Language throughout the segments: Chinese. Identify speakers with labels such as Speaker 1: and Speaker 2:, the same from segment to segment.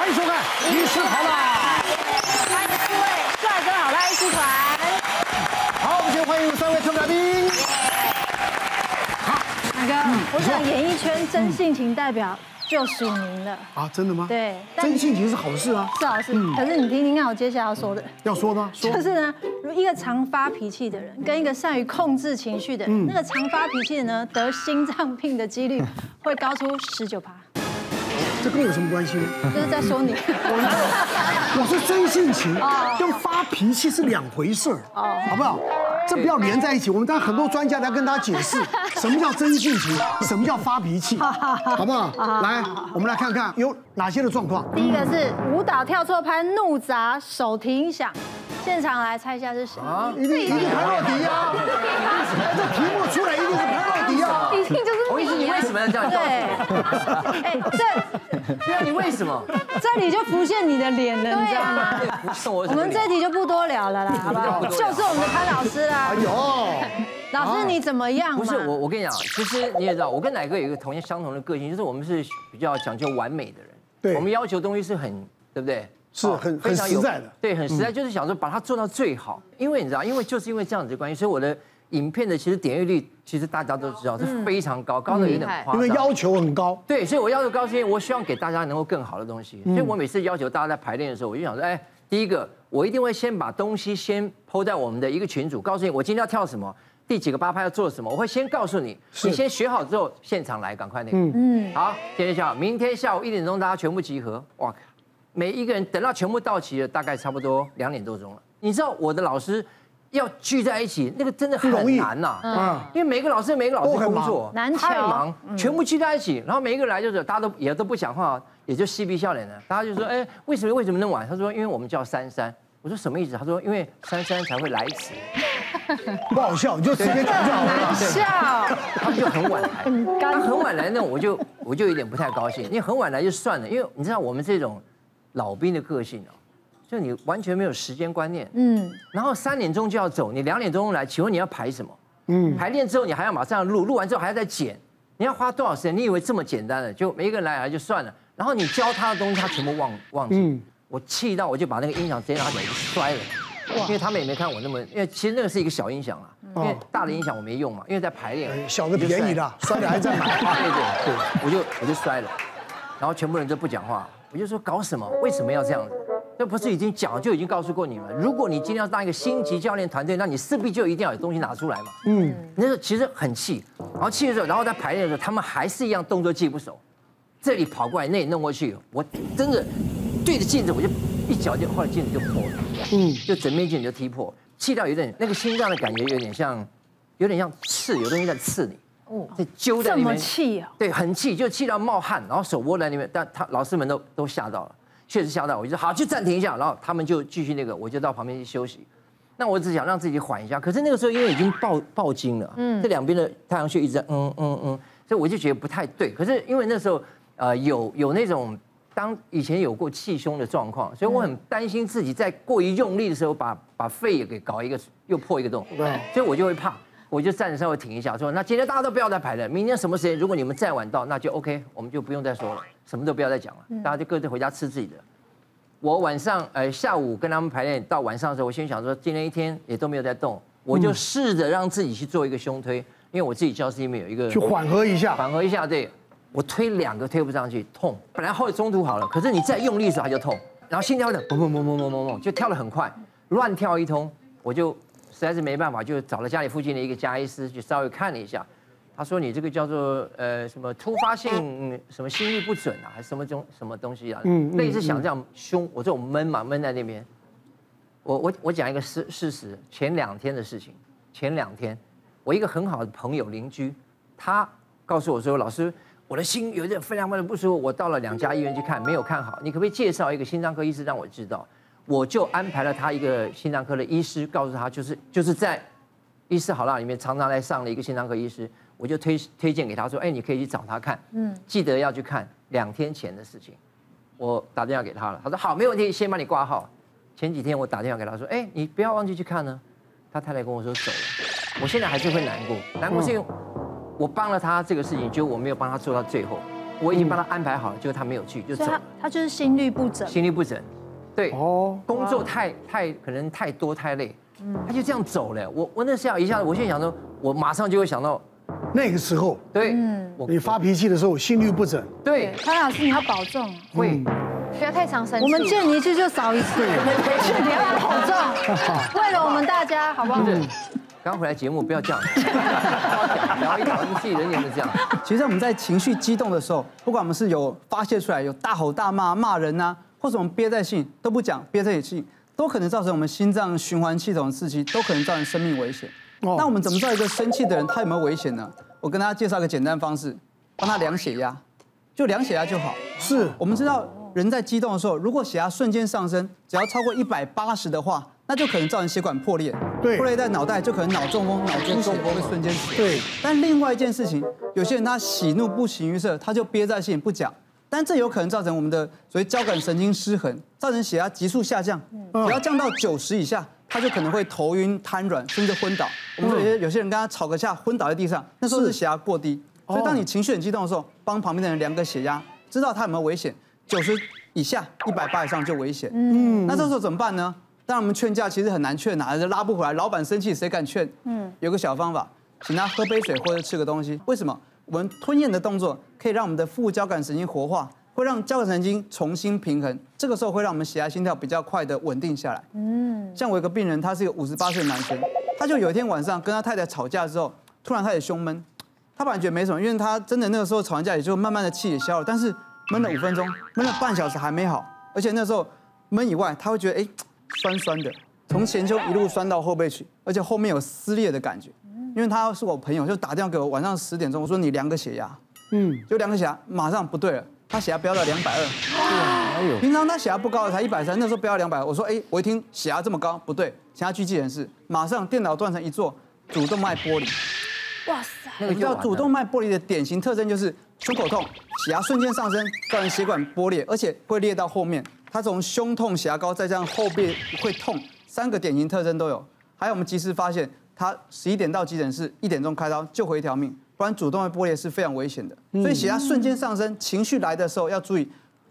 Speaker 1: 医师好啦！
Speaker 2: 欢迎各位帅哥好辣医师团。
Speaker 1: 好，我们先欢迎三位特别来宾。
Speaker 2: 马哥，我想演艺圈真性情代表就属您了，
Speaker 1: 啊，真的吗？
Speaker 2: 对但
Speaker 1: 真性情是好事啊。
Speaker 2: 是老师。可是你听听看我接下来要说的，
Speaker 1: 要说呢，说
Speaker 2: 就是呢，如一个常发脾气的人，跟一个善于控制情绪的人，那个常发脾气的呢，得心脏病的几率会高出十九趴，
Speaker 1: 这跟我有什么关系呢？
Speaker 2: 就是在说你。
Speaker 1: 我是真性情，
Speaker 2: 哦
Speaker 1: 跟发脾气是两回事儿，好不好？这不要连在一起。我们当然很多专家来跟大家解 释，什么叫真性情，什么叫发脾气，好不好？
Speaker 2: 啊
Speaker 1: 来，我们来看看有哪些的状况。
Speaker 2: 第一个是舞蹈跳错拍，怒砸手停响，现场来猜一下是谁？
Speaker 3: 啊
Speaker 1: 一定一定潘若迪 啊！这题目出来一定是潘若迪啊！
Speaker 2: 一定就是
Speaker 3: 意思
Speaker 2: 你
Speaker 3: 你
Speaker 2: 啊。
Speaker 3: 为什么要这样
Speaker 2: 对
Speaker 3: 告诉，
Speaker 2: 哎，这
Speaker 3: 对啊，你为什 么？
Speaker 2: 这里就啊浮现你的脸了，你知道吗？
Speaker 3: 不送我
Speaker 2: 我们这题就不多聊了啦，好不好？就是我们的潘老师啦
Speaker 1: 哎。呦，
Speaker 2: 老师你怎么样嘛？
Speaker 3: 不是我，我跟你讲，其实你也知道，我跟奶哥有一个同样相同的个性，就是我们是比较讲究完美的人，
Speaker 1: 对
Speaker 3: 我们要求东西是很，对不对？
Speaker 1: 是
Speaker 3: 哦
Speaker 1: 很
Speaker 3: 非常
Speaker 1: 很实
Speaker 3: 有
Speaker 1: 在的嗯
Speaker 3: 对，很实在，就是想说把它做到最好。因为你知道，因为就是因为这样子的关系，所以我的影片的其实点阅率，其实大家都知道是非常高，高的有点夸
Speaker 1: 因为
Speaker 3: 张。
Speaker 1: 要求很高，
Speaker 3: 对，所以我要求高是因为我希望给大家能够更好的东西。
Speaker 1: 嗯
Speaker 3: 所以我每次要求大家在排练的时候，我就想说，哎，第一个我一定会先把东西先抛在我们的一个群组，告诉你我今天要跳什么，第几个八拍要做什么，我会先告诉你，
Speaker 1: 是
Speaker 3: 你先学好之后现场来，赶快那个。嗯，好，天天下午，明天下午一点钟大家全部集合。哇，每一个人等到全部到齐了，大概差不多两点多钟了。你知道我的老师要聚在一起，那个真的很
Speaker 1: 不容易
Speaker 3: 难呐、
Speaker 1: 嗯
Speaker 3: 因为每个老师有每个老
Speaker 1: 都
Speaker 3: 师
Speaker 1: 很
Speaker 3: 工
Speaker 1: 忙
Speaker 3: 作。
Speaker 2: 难
Speaker 3: 太
Speaker 2: 瞧
Speaker 3: 忙，全部聚在一起，然后每一个人来就是大家都也都不讲话，也就嬉皮笑脸的。大家就说，哎，为什么为什么那么晚？他说，因为我们叫珊珊。我说什么意思？他说，因为珊珊才会来一次，
Speaker 1: 不好笑，你就直接讲就好了。
Speaker 2: 笑，
Speaker 3: 他们就很晚来。他很晚来呢，我就我就有点不太高兴，因为很晚来就算了，因为你知道我们这种老兵的个性哦，就你完全没有时间观念，
Speaker 2: 嗯，
Speaker 3: 然后三点钟就要走，你两点钟来，请问你要排什么？嗯，排练之后你还要马上录，录完之后还要再剪，你要花多少时间？你以为这么简单的，就每一个人来来就算了，然后你教他的东西他全部忘忘记，
Speaker 1: 嗯
Speaker 3: 我气到我就把那个音响直接拿起来就摔了。因为他们也没看我那么，因为其实那个是一个小音响啊，因为大的音响我没用嘛，因为在排练，
Speaker 1: 哦哎小的便宜的，摔了还在买。啊
Speaker 3: 对对对， 我就我就摔了，然后全部人都不讲话，我就说搞什么？为什么要这样子？那不是已经讲就已经告诉过你们，如果你今天要当一个星级教练团队，那你势必就一定要有东西拿出来嘛。嗯，那时候其实很气，然后气的时候，然后在排练的时候，他们还是一样动作记不熟，这里跑过来，那里弄过去，我真的对着镜子，我就一脚就后来镜子就破了，嗯，就整面镜子就踢破，气到有点那个心脏的感觉有点像，有点像刺，有东西在刺你，哦，在揪在
Speaker 2: 这
Speaker 3: 里
Speaker 2: 么
Speaker 3: 面，
Speaker 2: 气哦，
Speaker 3: 对，很气，就气到冒汗，然后手窝在那边，但他老师们都都吓到了，确实吓到，我就说好，就暂停一下，然后他们就继续那个，我就到旁边去休息。那我只想让自己缓一下，可是那个时候因为已经爆爆筋了，嗯，这两边的太阳穴一直在嗯嗯嗯，所以我就觉得不太对。可是因为那时候呃有有那种当以前有过气胸的状况，所以我很担心自己在过于用力的时候把把肺也给搞一个又破一个洞，
Speaker 1: 对
Speaker 3: 所以我就会怕，我就站着稍微停一下，说那今天大家都不要再排了，明天什么时间如果你们再晚到，那就 OK，我们就不用再说了，什么都不要再讲
Speaker 1: 嗯
Speaker 3: 了，大家就各自回家吃自己的。我晚上呃下午跟他们排练到晚上的时候，我心想说今天一天也都没有在动，我
Speaker 1: 嗯
Speaker 3: 就试着让自己去做一个胸推，因为我自己教室里面有一个
Speaker 1: 去缓和一下，
Speaker 3: 缓和一下，对我推两个推不上去，痛。本来后中途好了，可是你再用力的时候它就痛，然后心跳的砰砰砰砰砰砰砰就跳得很快，乱跳一通，我就实在是没办法，就找了家里附近的一个家医师去稍微看了一下。他说你这个叫做呃什么突发性、嗯什么心律不准啊，还是什么东什么东西啊？类似想这样胸，我这种闷嘛，闷在那边。我我我讲一个事事实，前两天的事情，前两天，我一个很好的朋友邻居，他告诉我说，老师，我的心有一点非常非常不舒服，我到了两家医院去看，没有看好，你可不可以介绍一个心脏科医师让我知道？我就安排了他一个心脏科的医师，告诉他就是就是在医师好啦里面常常来上的一个心脏科医师，我就推推荐给他说，哎，你可以去找他看，嗯，记得要去看，两天前的事情。我打电话给他了，他说好，没问题，先帮你挂号。前几天我打电话给他说，哎，你不要忘记去看呢。他太太跟我说走了，我现在还是会难过，难过是因为我帮了他这个事情，就我没有帮他做到最后。我已经帮他安排好了，结果他没有去，就
Speaker 2: 所
Speaker 3: 走
Speaker 2: 以他
Speaker 3: 了，
Speaker 2: 他就是心律不整，
Speaker 3: 心律不整，对，
Speaker 1: 哦，嗯
Speaker 3: 工作太太可能太多太累，他就这样走了。我我那下一下，我现在想说，我马上就会想到，
Speaker 1: 那个时候
Speaker 3: 对，我
Speaker 1: 你发脾气的时候心律不整，
Speaker 3: 对
Speaker 2: 潘老师你要保重，啊
Speaker 3: 会
Speaker 4: 不要太常生气。
Speaker 2: 我们见你一次就少一次，你要保 重，为了我们大家好不好？
Speaker 3: 刚回来节目不要 这样，聊一聊你自己人也是这样，
Speaker 5: 其实我们在情绪激动的时候，不管我们是有发泄出来，有大吼大骂、骂人呐、或者我们憋在心里都不讲，憋在心里，都可能造成我们心脏循环系统的刺激，都可能造成生命危险。
Speaker 1: 哦
Speaker 5: 那我们怎么知道一个生气的人他有没有危险呢？我跟大家介绍一个简单方式，帮他量血压，就量血压就好。
Speaker 1: 是
Speaker 5: 我们知道人在激动的时候，如果血压瞬间上升，只要超过一百八十的话，那就可能造成血管破裂，
Speaker 1: 对
Speaker 5: 破裂在脑袋就可能脑中风、脑出血会瞬间死。
Speaker 1: 对，
Speaker 5: 但另外一件事情，有些人他喜怒不形于色，他就憋在心里不讲，但这有可能造成我们的所谓交感神经失衡，造成血压急速下降，只要降到九十以下。他就可能会头晕、瘫软，甚至昏倒。我们说有些有些人跟他吵个架，昏倒在地上，那时候是血压过低。所以当你情绪很激动的时候，帮旁边的人量个血压，知道他有没有危险，九十以下、一百八以上就危险。嗯，那这时候怎么办呢？当然，我们劝架其实很难劝啊，拉不回来，老板生气谁敢劝？嗯，有个小方法，请他喝杯水或者吃个东西。为什么？我们吞咽的动作可以让我们的副交感神经活化，会让交感神经重新平衡，这个时候会让我们血压、心跳比较快的稳定下来。像我有个病人，他是一个五十八岁的男生，他就有一天晚上跟他太太吵架之后，突然开始胸闷。他本来觉得没什么，因为他真的那个时候吵完架也就慢慢的气也消了，但是闷了五分钟，闷了半小时还没好，而且那时候闷以外，他会觉得哎酸酸的，从前胸一路酸到后背去，而且后面有撕裂的感觉。因为他是我朋友，就打电话给我，晚上十点钟，我说你量个血压，嗯，就量个血压，马上不对了，他血压飙到两百二。平常他血压不高的，才一百三，那时候不要两百。我说，哎、我一听血压这么高，不对，想要去急诊室，马上电脑断层一做，主动脉剥离。
Speaker 2: 哇塞，
Speaker 3: 那
Speaker 5: 我
Speaker 3: 个
Speaker 5: 们知
Speaker 3: 就
Speaker 5: 道
Speaker 3: 哎完了
Speaker 5: 主动脉剥离的典型特征就是胸口痛，血压瞬间上升，造成血管剥裂，而且会裂到后面。它从胸痛、血压高，再加上后背会痛，三个典型特征都有。还有我们及时发现，他十一点到急诊室，一点钟开刀救回一条命，不然主动脉剥离是非常危险的。
Speaker 3: 嗯
Speaker 5: 所以血压瞬间上升，情绪来的时候要注意，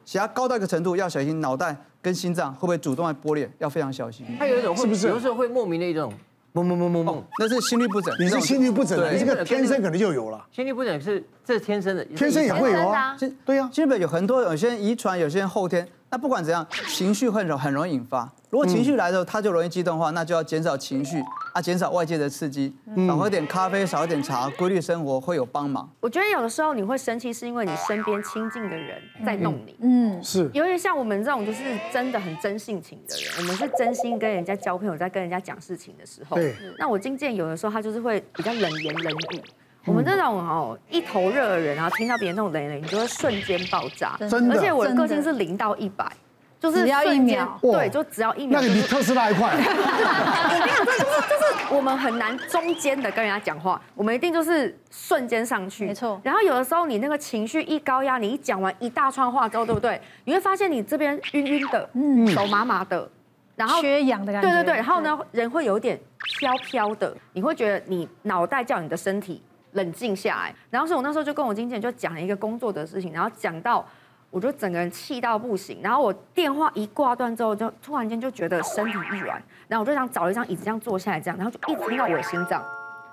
Speaker 5: 血压高到一个程度要小心，脑袋跟心脏会不会主动脉剥裂，要非常小心。
Speaker 3: 他有一种会
Speaker 1: 是不是
Speaker 3: 有时候会莫名的一种哦懵懵懵懵懵，
Speaker 5: 那是心律不整，
Speaker 1: 你是心律不整的，你
Speaker 5: 对
Speaker 1: 这个天生可能就有了，
Speaker 3: 心律不整是这是天生的，
Speaker 1: 天生也会有啊，
Speaker 5: 其实
Speaker 1: 对呀
Speaker 5: 其实有很多，有些人遗传，有些人后天。那不管怎样，情绪很容很容易引发。如果情绪来的时候，它就容易激动的话，那就要减少情绪啊，减少外界的刺激，少喝点咖啡，少一点茶，规律生活会有帮忙。
Speaker 4: 我觉得有的时候你会生气，是因为你身边亲近的人在弄你。
Speaker 2: 嗯，
Speaker 1: 是
Speaker 4: 尤其像我们这种就是真的很真性情的人，我们是真心跟人家交朋友，在跟人家讲事情的时候，
Speaker 1: 对
Speaker 4: 那我经纪人有的时候他就是会比较冷言冷
Speaker 2: 嗯
Speaker 4: 语。我们这种哦一头热的人，然后听到别人那种冷言冷语，你就会瞬间爆炸。
Speaker 1: 真的
Speaker 4: 而且我的个性
Speaker 2: 真的
Speaker 4: 是零到一百，就是
Speaker 2: 只要一
Speaker 4: 瞬间
Speaker 2: 秒
Speaker 1: 哇
Speaker 4: 对，就只要一秒。
Speaker 1: 那个
Speaker 4: 就是
Speaker 1: 比特斯拉还快，
Speaker 4: 我跟你讲，这就是就是我们很难中间的跟人家讲话，我们一定就是瞬间上去，
Speaker 2: 没错
Speaker 4: 然后有的时候你那个情绪一高压，你一讲完一大串话之后，对不对？你会发现你这边晕晕的，嗯，手麻麻的，然后
Speaker 2: 缺氧的感觉，
Speaker 4: 对对对，然后呢，人会有点飘飘的，你会觉得你脑袋叫你的身体冷静下来。然后所以我那时候就跟我经纪人就讲了一个工作的事情，然后讲到我就整个人气到不行，然后我电话一挂断之后，就突然间就觉得身体一软，然后我就想找了一张椅子这样坐下来，这样，然后就一直听到我的心脏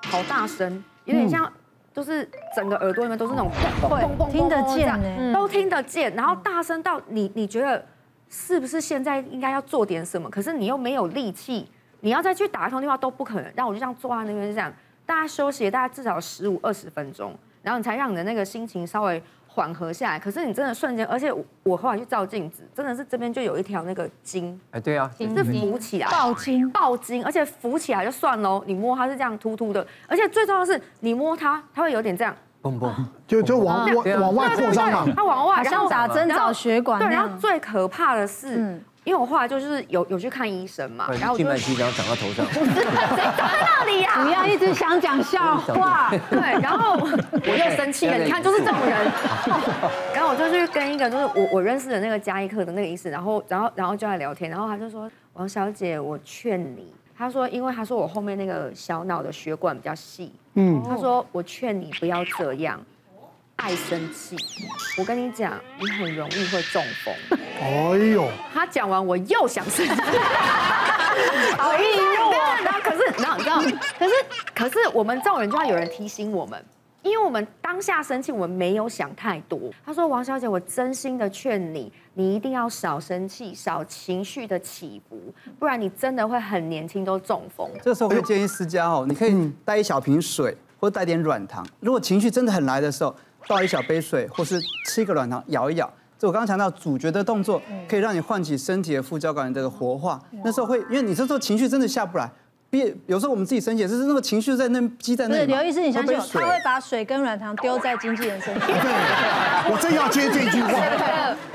Speaker 4: 好大声，有点像。就是整个耳朵里面都是那种砰砰砰砰砰砰
Speaker 2: 嗯听得见欸嗯
Speaker 4: 这样
Speaker 2: 呢
Speaker 4: 都听得见，然后大声到你你觉得是不是现在应该要做点什么？可是你又没有力气，你要再去打一通电话都不可能。然后我就这样坐在那边就这样，大家休息，大概至少十五二十分钟，然后你才让你的那个心情稍微缓和下来。可是你真的瞬间，而且我我后来去照镜子，真的是这边就有一条那个筋
Speaker 3: 哎，对啊，
Speaker 2: 嗯
Speaker 4: 是浮起来，
Speaker 2: 爆筋，
Speaker 4: 爆筋，而且浮起来就算喽，你摸它是这样突突的，而且最重要的是你摸它，它会有点这样。
Speaker 3: 嘣嘣，
Speaker 1: 就就往往
Speaker 3: 对啊
Speaker 1: 往外扩张嘛
Speaker 4: 对，它往外，
Speaker 2: 好
Speaker 4: 然
Speaker 2: 像
Speaker 4: 后
Speaker 2: 打针
Speaker 4: 然后
Speaker 2: 找血管
Speaker 4: 对，
Speaker 2: 那样
Speaker 4: 然后最可怕的是，
Speaker 2: 嗯
Speaker 4: 因为我后来就是有有去看医生嘛，
Speaker 1: 哎
Speaker 4: 然后我就
Speaker 3: 静脉曲张长到头 上，
Speaker 4: 那里呀、
Speaker 2: 不要一直啊想讲笑话，
Speaker 4: 对，然后我又生气了，你看就是这种人。 然后我就去跟一个就是我我认识的那个加医科的那个医生，然后然后然后就在聊天，然后他就说王小姐，我劝你。他说，因为他说我后面那个小脑的血管比较细，嗯，他说我劝你不要这样，爱生气。我跟你讲，你很容易会中风。
Speaker 1: 哎呦，
Speaker 4: 他讲完，我又想生气。好易怒哦！然后可是，然后你知道，可是可是我们这种人就要有人提醒我们，因为我们当下生气，我们没有想太多。他说：“王小姐，我真心的劝你，你一定要少生气，少情绪的起伏，不然你真的会很年轻都中风。
Speaker 5: 这个时候我会建议私家哦，你可以
Speaker 2: 嗯
Speaker 5: 带一小瓶水，或带点软糖。如果情绪真的很来的时候，倒一小杯水，或是吃一个软糖咬一咬。这我刚刚强调咀嚼的动作，
Speaker 2: 嗯
Speaker 5: 可以让你唤起身体的副交感的这个活化。那时候会，因为你这时候情绪真的下不来，别有时候我们自己生气，也是那个情绪在那积在
Speaker 2: 不
Speaker 5: 那
Speaker 2: 是
Speaker 5: 里嘛。
Speaker 2: 刘医师，你相信我，
Speaker 5: 喝杯水
Speaker 2: 他会把水跟软糖丢在经纪人身上。
Speaker 1: 哎对，我正要接这句话，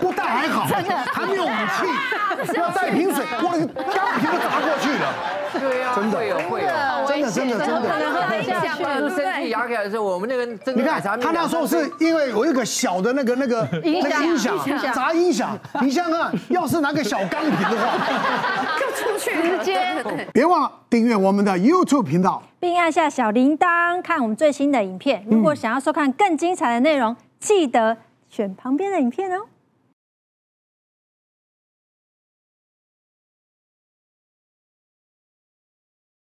Speaker 1: 不带还好，还没有武器，要带瓶水，光钢瓶都砸过去了，
Speaker 3: 对啊，
Speaker 1: 真的
Speaker 3: 会有会有。
Speaker 1: 真的真的真
Speaker 2: 可
Speaker 1: 的。
Speaker 2: 能喝不下去
Speaker 4: 对
Speaker 3: 当初生气牙起来的时候，我们那个珍珠
Speaker 1: 你
Speaker 3: 奶
Speaker 1: 看
Speaker 3: 茶面
Speaker 1: 他那时候是因为有一个小的那个那个
Speaker 2: 音
Speaker 1: 那
Speaker 2: 响
Speaker 1: 个音响
Speaker 2: 音响
Speaker 1: 砸音响，你想 想看，要是拿个小钢瓶的话，
Speaker 4: 就出去直接
Speaker 1: 别忘了订阅我们的 YouTube 频道。
Speaker 2: 并按下小铃铛看我们嗯最新的影片。如果想要收看更精彩的内容，记得选旁边的影片哦。